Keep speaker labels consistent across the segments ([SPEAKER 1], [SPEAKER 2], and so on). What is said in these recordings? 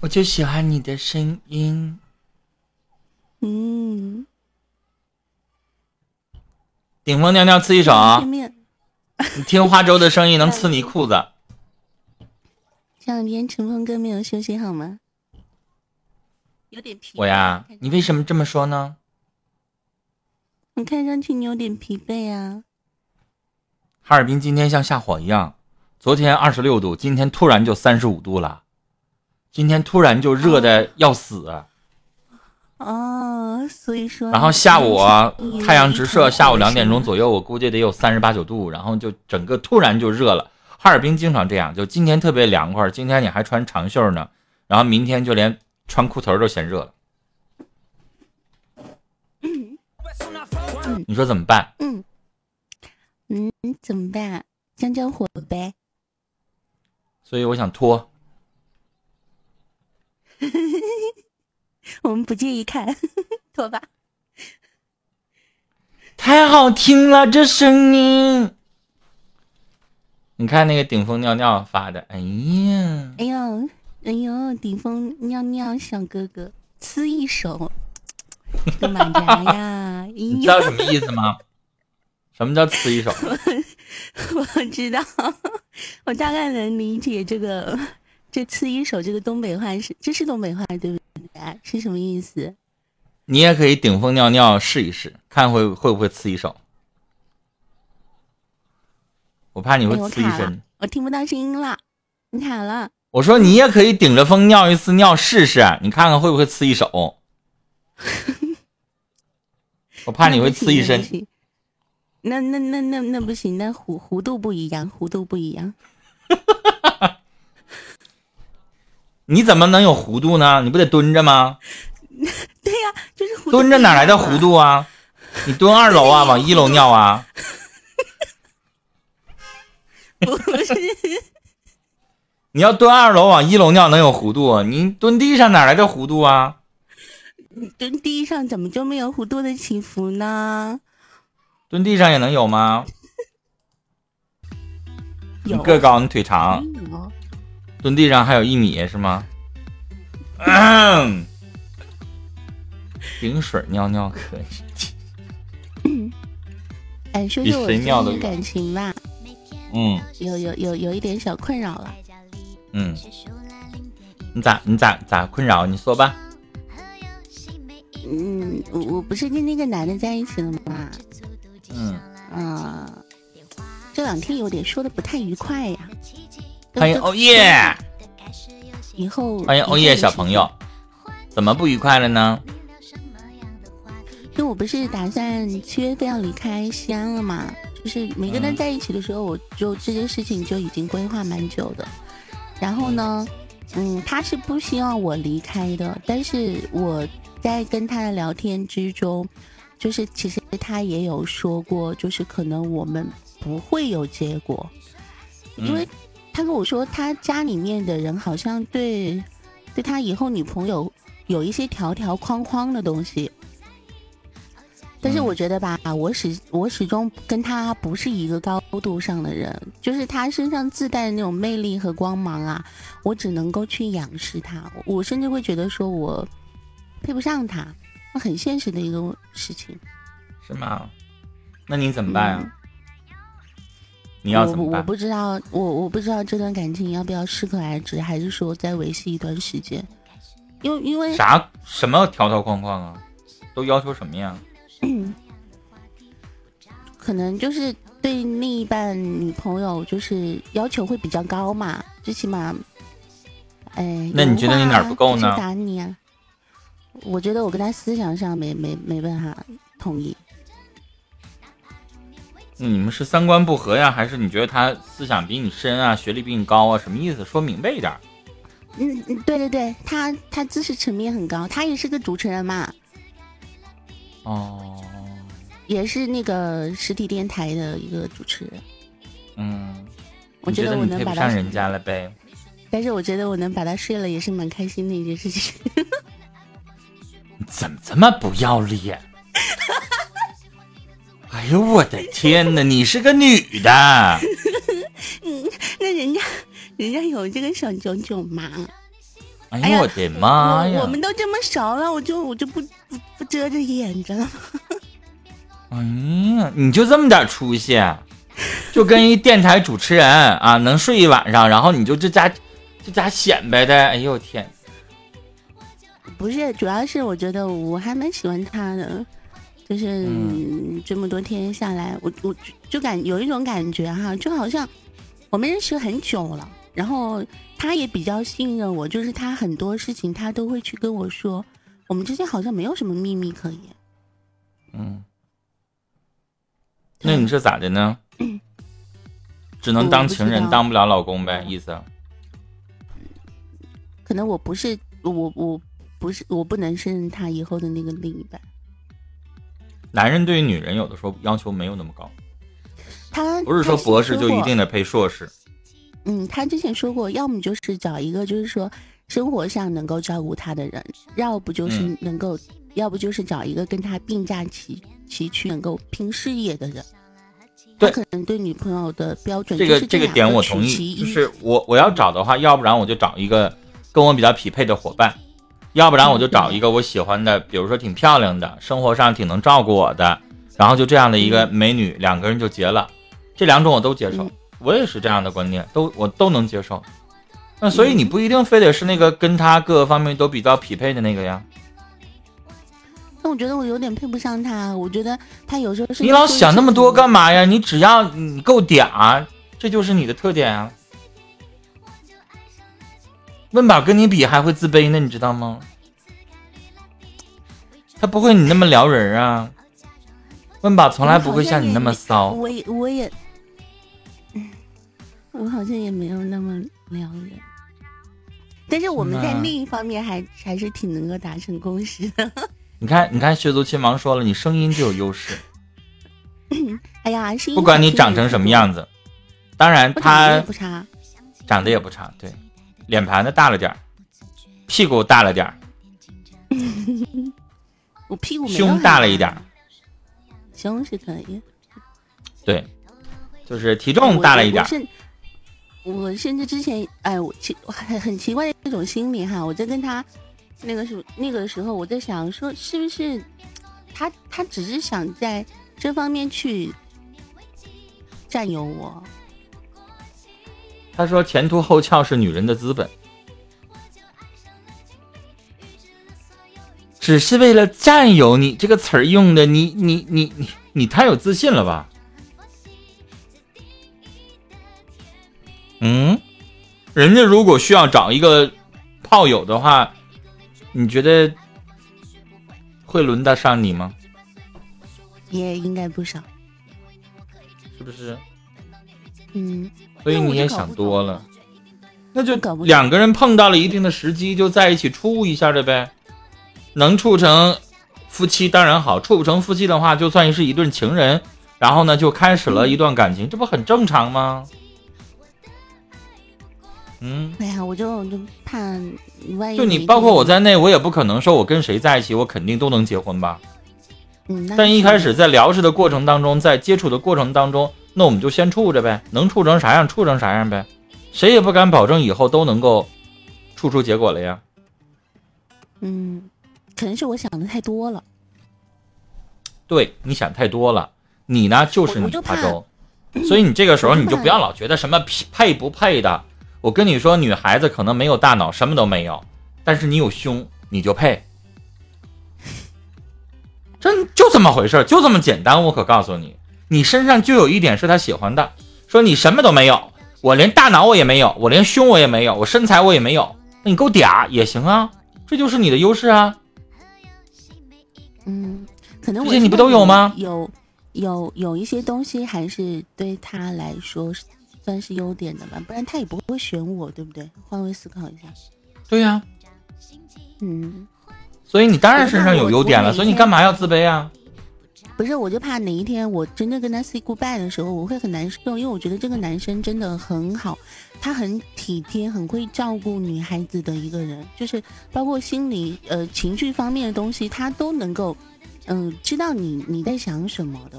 [SPEAKER 1] 我就喜欢你的声音。
[SPEAKER 2] 嗯，
[SPEAKER 1] 顶风尿尿刺一手啊，
[SPEAKER 2] 见面
[SPEAKER 1] 你听花粥的声音能刺你裤子。
[SPEAKER 2] 这两天陈峰哥没有休息好吗？有点疲惫。
[SPEAKER 1] 我呀
[SPEAKER 2] 看，
[SPEAKER 1] 你为什么这么说呢？
[SPEAKER 2] 你看上去你有点疲惫啊。
[SPEAKER 1] 哈尔滨今天像下火一样，昨天二十六度，今天突然就三十五度了，今天突然就热的要死。
[SPEAKER 2] 哦，所以说。
[SPEAKER 1] 然后下午啊
[SPEAKER 2] 嗯
[SPEAKER 1] 太阳直射，下午两点钟。左右，我估计得有三十八九度，然后就整个突然就热了。哈尔滨经常这样，就今天特别凉快，今天你还穿长袖呢，然后明天就连穿裤头都嫌热了。你说怎么办？
[SPEAKER 2] 嗯嗯，怎么办？降降火呗。
[SPEAKER 1] 所以我想脱，
[SPEAKER 2] 我们不介意看， 脱吧。
[SPEAKER 1] 太好听了这声音。你看那个顶峰尿尿发的，哎呀，
[SPEAKER 2] 哎呦，哎呦，顶峰尿尿小哥哥，呲一手，干嘛啥呀？
[SPEAKER 1] 你
[SPEAKER 2] 哎
[SPEAKER 1] 知
[SPEAKER 2] 呦，
[SPEAKER 1] 道什么意思吗？什么叫呲一手？
[SPEAKER 2] 我知道，我大概能理解这个， 这呲一手这个东北话是，这是东北话对不对？是什么意思？
[SPEAKER 1] 你也可以顶风尿尿试一试，看会会不会刺一手。我怕你
[SPEAKER 2] 哎
[SPEAKER 1] 会
[SPEAKER 2] 我
[SPEAKER 1] 刺一
[SPEAKER 2] 卡了
[SPEAKER 1] 身。，
[SPEAKER 2] 我听不到声音了，你卡了。
[SPEAKER 1] 我说你也可以顶着风尿一次尿试试，你看看会不会刺一 手。我怕你会刺一身。
[SPEAKER 2] 那不行。那那那那那不行，那弧弧度不一样，弧度不一样。
[SPEAKER 1] 你怎么能有弧度呢？你不得蹲着吗？
[SPEAKER 2] 对呀、就是弧度
[SPEAKER 1] 蹲着哪来的弧
[SPEAKER 2] 度？
[SPEAKER 1] 度啊？你蹲二楼啊，往 一楼尿啊？
[SPEAKER 2] 不是，
[SPEAKER 1] 你要蹲二楼往一楼尿能有弧度？啊你蹲地上哪来的弧度啊？
[SPEAKER 2] 蹲地上怎么就没有弧度的起伏呢？
[SPEAKER 1] 蹲地上也能有吗？你
[SPEAKER 2] 有
[SPEAKER 1] 个啊高，你腿长。
[SPEAKER 2] 没有
[SPEAKER 1] 蹲地上还有一米是 吗？嗯顶水尿尿可以，
[SPEAKER 2] 哎，说
[SPEAKER 1] 比
[SPEAKER 2] 说我
[SPEAKER 1] 谁
[SPEAKER 2] 最
[SPEAKER 1] 尿得
[SPEAKER 2] 近
[SPEAKER 1] 远
[SPEAKER 2] 感情吧，
[SPEAKER 1] 嗯
[SPEAKER 2] 有有有有一点小困扰了。
[SPEAKER 1] 嗯，你咋你咋咋困扰？你说吧，
[SPEAKER 2] 嗯，我我不是跟那个男的在一起了吗？
[SPEAKER 1] 嗯，
[SPEAKER 2] 嗯、这两天有点说的不太愉快呀。
[SPEAKER 1] 欢
[SPEAKER 2] 哦
[SPEAKER 1] 迎欧耶，
[SPEAKER 2] 以后
[SPEAKER 1] 欢迎欧哦
[SPEAKER 2] 嗯
[SPEAKER 1] 耶小朋友，，怎么不愉快了呢？
[SPEAKER 2] 就我不是打算七月份要离开西安了嘛，就是没跟他在一起的时候，我就这件事情就已经规划蛮久的。然后呢，嗯，他是不希望我离开的，但是我在跟他的聊天之中，就是其实他也有说过，就是可能我们不会有结果，
[SPEAKER 1] 嗯
[SPEAKER 2] 因为他跟我说他家里面的人好像对对他以后女朋友有一些条条框框的东西。但是
[SPEAKER 1] 嗯
[SPEAKER 2] 我觉得吧，我始我始终跟他不是一个高度上的人，就是他身上自带的那种魅力和光芒啊，我只能够去仰视他，我甚至会觉得说我配不上他，那很现实的一个事情。
[SPEAKER 1] 是吗？那你怎么办
[SPEAKER 2] 嗯
[SPEAKER 1] 啊？你要怎么
[SPEAKER 2] 我我
[SPEAKER 1] 办？
[SPEAKER 2] 不知道，我我不知道这段感情要不要适可而止，还是说再维系一段时间？因为因为
[SPEAKER 1] 啥什么条条框框啊？都要求什么呀？
[SPEAKER 2] 可能就是对另一半女朋友就是要求会比较高嘛，最起码，哎，
[SPEAKER 1] 那你觉得你哪儿不够呢
[SPEAKER 2] 有话啊就是打你啊？我觉得我跟他思想上没没没办法统一，
[SPEAKER 1] 嗯你们是三观不合呀，还是你觉得他思想比你深啊，学历比你高啊？什么意思？说明白一点儿。
[SPEAKER 2] 嗯，嗯对对对，他他知识层面很高，他也是个主持人嘛，
[SPEAKER 1] 哦，
[SPEAKER 2] 也是那个实体电台的一个主持人，
[SPEAKER 1] 嗯，
[SPEAKER 2] 我
[SPEAKER 1] 你
[SPEAKER 2] 觉得我
[SPEAKER 1] 你
[SPEAKER 2] 能
[SPEAKER 1] 配
[SPEAKER 2] 把
[SPEAKER 1] 不
[SPEAKER 2] 他
[SPEAKER 1] 上，人家了呗？
[SPEAKER 2] 但是我觉得我能把他睡了也是蛮开心的一件事情。
[SPEAKER 1] 你怎么这么不要脸？ 哎呦我的天哪！你是个女 的，
[SPEAKER 2] 哎那人家人家有这个小九九嘛，
[SPEAKER 1] 哎
[SPEAKER 2] 哎
[SPEAKER 1] 呦
[SPEAKER 2] 呀
[SPEAKER 1] 我的妈哎呀
[SPEAKER 2] 我我！们都这么熟了，我就我就不不不遮着掩着了。
[SPEAKER 1] 哎呀，你就这么点出息，啊就跟一电台主持人啊，能睡一晚上，然后你就这家这家显摆的，哎呦天，
[SPEAKER 2] 不是，主要是我觉得我还蛮喜欢他的，就是、
[SPEAKER 1] 嗯
[SPEAKER 2] 这么多天下来，我我就感有一种感觉哈，就好像我们认识很久了，然后他也比较信任我，就是他很多事情他都会去跟我说，我们之间好像没有什么秘密可言。
[SPEAKER 1] 嗯，那你这咋的呢？只能当情
[SPEAKER 2] 我不
[SPEAKER 1] 人，
[SPEAKER 2] 知道
[SPEAKER 1] 当不了老公呗，意思？
[SPEAKER 2] 可能我不是我我不是我不能胜任他以后的那个另一半。
[SPEAKER 1] 男人对于女人有的时候要求没有那么高，
[SPEAKER 2] 他
[SPEAKER 1] 不是说
[SPEAKER 2] 他
[SPEAKER 1] 博士就
[SPEAKER 2] 过
[SPEAKER 1] 一定得配硕士。
[SPEAKER 2] 嗯，他之前说过，要么就是找一个就是说生活上能够照顾他的人，要不就是
[SPEAKER 1] 嗯
[SPEAKER 2] 能够，要不就是找一个跟他并驾齐齐驱、能够拼事业的人。他
[SPEAKER 1] 对
[SPEAKER 2] 可能对女朋友的标准
[SPEAKER 1] 这
[SPEAKER 2] 就
[SPEAKER 1] 个
[SPEAKER 2] 是
[SPEAKER 1] 这个
[SPEAKER 2] 两
[SPEAKER 1] 点我
[SPEAKER 2] 取
[SPEAKER 1] 同
[SPEAKER 2] 其
[SPEAKER 1] 意，
[SPEAKER 2] 一
[SPEAKER 1] 就是我我要找的话，要不然我就找一个跟我比较匹配的伙伴，要不然
[SPEAKER 2] 嗯
[SPEAKER 1] 我就找一个我喜欢的，比如说挺漂亮的，生活上挺能照顾我的，然后就这样的一个美女，两个人就结了。这两种我都接受
[SPEAKER 2] 嗯，
[SPEAKER 1] 我也是这样的观念，都我都能接受。那所
[SPEAKER 2] 嗯
[SPEAKER 1] 以你不一定非得是那个跟他各个方面都比较匹配的那个呀，
[SPEAKER 2] 但我觉得我有点配不上他，我觉得他有时候是
[SPEAKER 1] 你老想那么多干
[SPEAKER 2] 嘛？
[SPEAKER 1] 嘛呀？你只要你够嗲，这就是你的特点啊。温饱跟你比还会自卑呢，你知道吗？他不会你那么撩人啊。温饱从来不会像你那么骚，
[SPEAKER 2] 我也我也，嗯我好像也没有那么撩人。但是我们在
[SPEAKER 1] 那
[SPEAKER 2] 另一方面还还是挺能够达成共识的。
[SPEAKER 1] 你看，你看，学足亲王说了，你声音就有优 势，
[SPEAKER 2] 哎呀，是因为
[SPEAKER 1] 不管你长成什么样子。当然，
[SPEAKER 2] 我长得也
[SPEAKER 1] 他
[SPEAKER 2] 不差。
[SPEAKER 1] 长得也不差，对，脸盘子大了点儿，屁股大了点儿，
[SPEAKER 2] 我屁股没有
[SPEAKER 1] 胸
[SPEAKER 2] 很
[SPEAKER 1] 大了一点儿，
[SPEAKER 2] 胸是可以，
[SPEAKER 1] 对，就是体重大了一点儿
[SPEAKER 2] 我。甚我甚至之前，哎，我奇我很很奇怪的这种心理哈，我在跟他那个时候那个时候，我在想说，是不是他他只是想在这方面去占有我？
[SPEAKER 1] 他说：“前凸后翘是女人的资本，只是为了占有你这个词儿用的，你你你你你太有自信了吧？”嗯，人家如果需要找一个炮友的话，你觉得会轮得上你吗？
[SPEAKER 2] 也应该不少，
[SPEAKER 1] 是不是？
[SPEAKER 2] 嗯，
[SPEAKER 1] 所以
[SPEAKER 2] 那我
[SPEAKER 1] 你也
[SPEAKER 2] 就搞
[SPEAKER 1] 想
[SPEAKER 2] 不懂
[SPEAKER 1] 多了，那就
[SPEAKER 2] 搞不懂
[SPEAKER 1] 两个人碰到了一定的时机，就在一起处一下的呗。能处成夫妻当然好，处不成夫妻的话，就算是一对情人，然后呢就开始了一段感情，这不很正常吗？嗯，
[SPEAKER 2] 哎呀，我就我就怕万一
[SPEAKER 1] 就
[SPEAKER 2] 哪
[SPEAKER 1] 你
[SPEAKER 2] 天
[SPEAKER 1] 包括我，在内，我也不可能说我跟谁在一起，我肯定都能结婚吧。
[SPEAKER 2] 嗯，那
[SPEAKER 1] 但一
[SPEAKER 2] 是
[SPEAKER 1] 开始在聊着的过程当中，在接触的过程当中，那我们就先处着呗，能处成啥样处成啥样呗，谁也不敢保证以后都能够处出结果来呀。
[SPEAKER 2] 嗯，可能是我想的太多了。
[SPEAKER 1] 对，你想太多了，你呢就是
[SPEAKER 2] 我
[SPEAKER 1] 你
[SPEAKER 2] 我就
[SPEAKER 1] 花
[SPEAKER 2] 怕
[SPEAKER 1] 粥，所以你这个时候
[SPEAKER 2] 我就
[SPEAKER 1] 你就
[SPEAKER 2] 怕
[SPEAKER 1] 不要老觉得什么匹配不配的。我跟你说，女孩子可能没有大脑，什么都没有，但是你有胸，你就配。 真就这么回事儿，就这么简单。我可告诉你，你身上就有一点是她喜欢的。说你什么都没有，我连大脑我也没有，我连胸我也没有，我身材我也没有，那你够嗲也行啊，这就是你的优势啊。
[SPEAKER 2] 嗯，可能
[SPEAKER 1] 这
[SPEAKER 2] 我
[SPEAKER 1] 些你
[SPEAKER 2] 知
[SPEAKER 1] 不
[SPEAKER 2] 道
[SPEAKER 1] 都有吗
[SPEAKER 2] 有有有一些东西还是对他来说是算是优点的吧，不然他也不会选我，对不对？换位思考一下，
[SPEAKER 1] 对呀、
[SPEAKER 2] 嗯，
[SPEAKER 1] 所以你当然身上有优点了，所以你干嘛要自卑啊？
[SPEAKER 2] 不是，我就怕哪一天我真的跟他 say goodbye 的时候，我会很难受，因为我觉得这个男生真的很好，他很体贴，很会照顾女孩子的一个人，就是包括心理呃情绪方面的东西，他都能够嗯、知道你你在想什么的，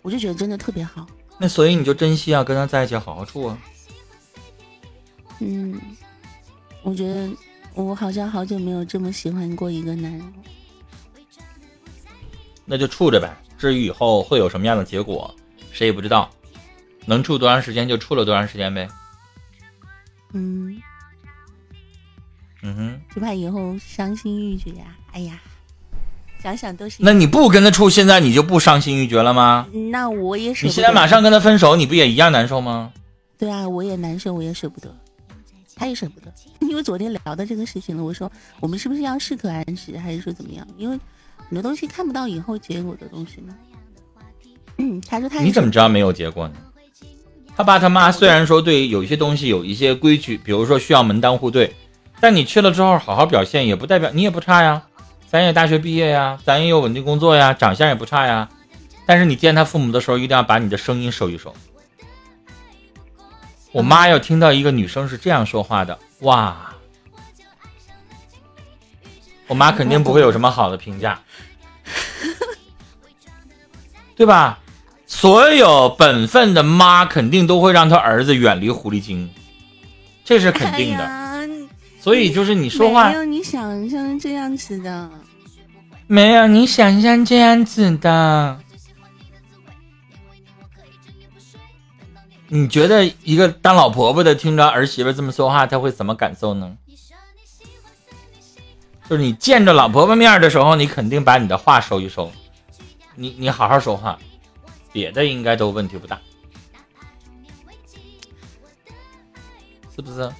[SPEAKER 2] 我就觉得真的特别好，
[SPEAKER 1] 那所以你就珍惜啊，跟他在一起好好处啊。
[SPEAKER 2] 嗯，我觉得我好像好久没有这么喜欢过一个男人了。
[SPEAKER 1] 那就处着呗。至于以后会有什么样的结果，谁也不知道，能处多长时间就处了多长时间呗。
[SPEAKER 2] 嗯，
[SPEAKER 1] 嗯哼，
[SPEAKER 2] 就怕以后伤心欲绝呀、哎呀，想想都是。
[SPEAKER 1] 那你不跟他处，现在你就不伤心欲绝了吗？
[SPEAKER 2] 那我也舍
[SPEAKER 1] 你
[SPEAKER 2] 不得。
[SPEAKER 1] 现在马上跟他分手，你不也一样难受吗？
[SPEAKER 2] 对啊，我也难受，我也舍不得，他也舍不得， 因为昨天聊到这个事情了。我说我们是不是要适可而止，还是说怎么样？因为很多东西看不到以后结果的东西嘛。嗯，他说他也
[SPEAKER 1] 你怎么
[SPEAKER 2] 是
[SPEAKER 1] 知道没有结果呢？他爸他妈虽然说对有一些东西有一些规矩，比如说需要门当户对，但你去了之后好好表现，也不代表你也不差呀。咱也大学毕业呀，咱也有稳定工作呀，长相也不差呀。但是你见他父母的时候，一定要把你的声音收一收。我妈要听到一个女生是这样说话的，哇，我妈肯定不会有什么好的评 价，对吧？所有本分的妈肯定都会让她儿子远离狐狸精，这是肯 定的。
[SPEAKER 2] 哎呀
[SPEAKER 1] 所以就是你说话
[SPEAKER 2] 没有你想象这样子的。
[SPEAKER 1] 没有你想象这样子的。你觉得一个当老婆婆的听着儿媳妇这么说话，她会怎么感受呢？就是你见着老婆婆面的时候，你肯定把你的话收一收，你你好好说话，别的应该都问题不大，是不是？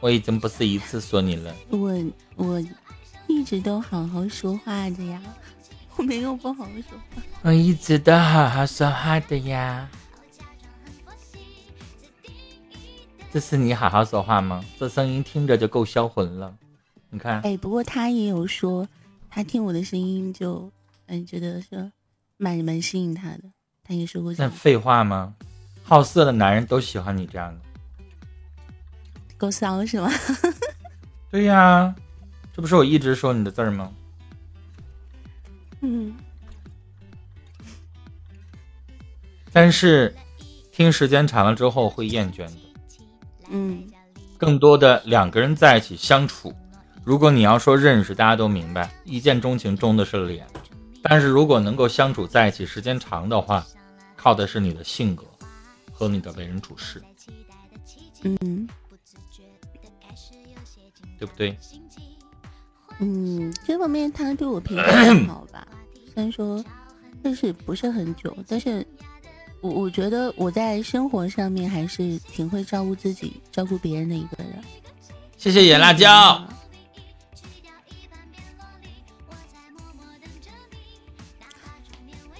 [SPEAKER 1] 我已经不是一次说你了，
[SPEAKER 2] 我我一直都好好说话的呀，我没有不好好说话。
[SPEAKER 1] 我一直都好好说话的呀。这是你好好说话吗？这声音听着就够销魂了。你看，
[SPEAKER 2] 哎，不过他也有说，他听我的声音就嗯觉得是蛮蛮吸引他的，他也说过这
[SPEAKER 1] 那
[SPEAKER 2] 样，
[SPEAKER 1] 废话吗？好色的男人都喜欢你这样的。
[SPEAKER 2] 够骚是吗？
[SPEAKER 1] 对呀、这不是我一直说你的字儿吗？
[SPEAKER 2] 嗯，
[SPEAKER 1] 但是听时间长了之后会厌倦的。
[SPEAKER 2] 嗯，
[SPEAKER 1] 更多的两个人在一起相处，如果你要说认识，大家都明白，一见钟情钟的是脸，但是如果能够相处在一起时间长的话，靠的是你的性格和你的为人处事，
[SPEAKER 2] 嗯
[SPEAKER 1] 对不对？
[SPEAKER 2] 嗯，这方面他对我评价很好吧？虽然说认识不是很久，但是我我觉得我在生活上面还是挺会照顾自己、照顾别人的一个人。
[SPEAKER 1] 谢谢野辣椒，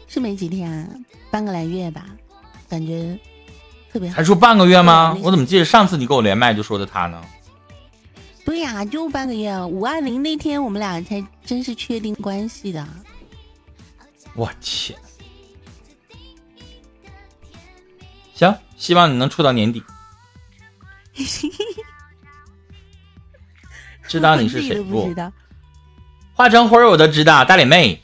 [SPEAKER 2] 是没几天啊，半个来月吧，感觉特别好
[SPEAKER 1] 才。说半个月吗？我怎么记得上次你跟我连麦就说的他呢？
[SPEAKER 2] 对呀、就半个月啊。五二零那天我们俩才真是确定关系的。
[SPEAKER 1] 我天！行，希望你能处到年底。 知道你是
[SPEAKER 2] 自己
[SPEAKER 1] 谁
[SPEAKER 2] 都不知道。
[SPEAKER 1] 化成灰儿我都知道，大脸妹。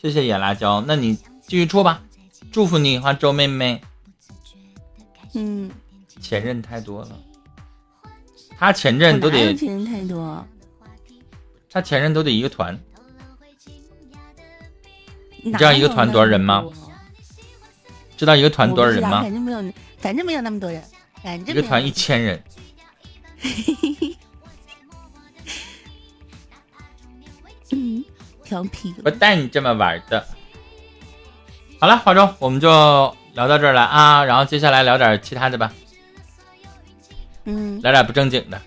[SPEAKER 1] 谢谢野辣椒，那你继续处吧，祝福你花粥妹妹。
[SPEAKER 2] 嗯，
[SPEAKER 1] 前任太多了，他前
[SPEAKER 2] 我
[SPEAKER 1] 任都
[SPEAKER 2] 哪有
[SPEAKER 1] 得
[SPEAKER 2] 前任太多。
[SPEAKER 1] 他前任都得一个团，
[SPEAKER 2] 你
[SPEAKER 1] 知道一个团多少人吗知道一个团多少人吗
[SPEAKER 2] 反？正没有，反正没有那么多人，反
[SPEAKER 1] 一个
[SPEAKER 2] 正没有
[SPEAKER 1] 团一千人。
[SPEAKER 2] 嗯，调皮
[SPEAKER 1] 不带你这么玩的。好了，华州，我们就聊到这儿了啊，然后接下来聊点其他的吧，
[SPEAKER 2] 嗯，
[SPEAKER 1] 聊点不正经的。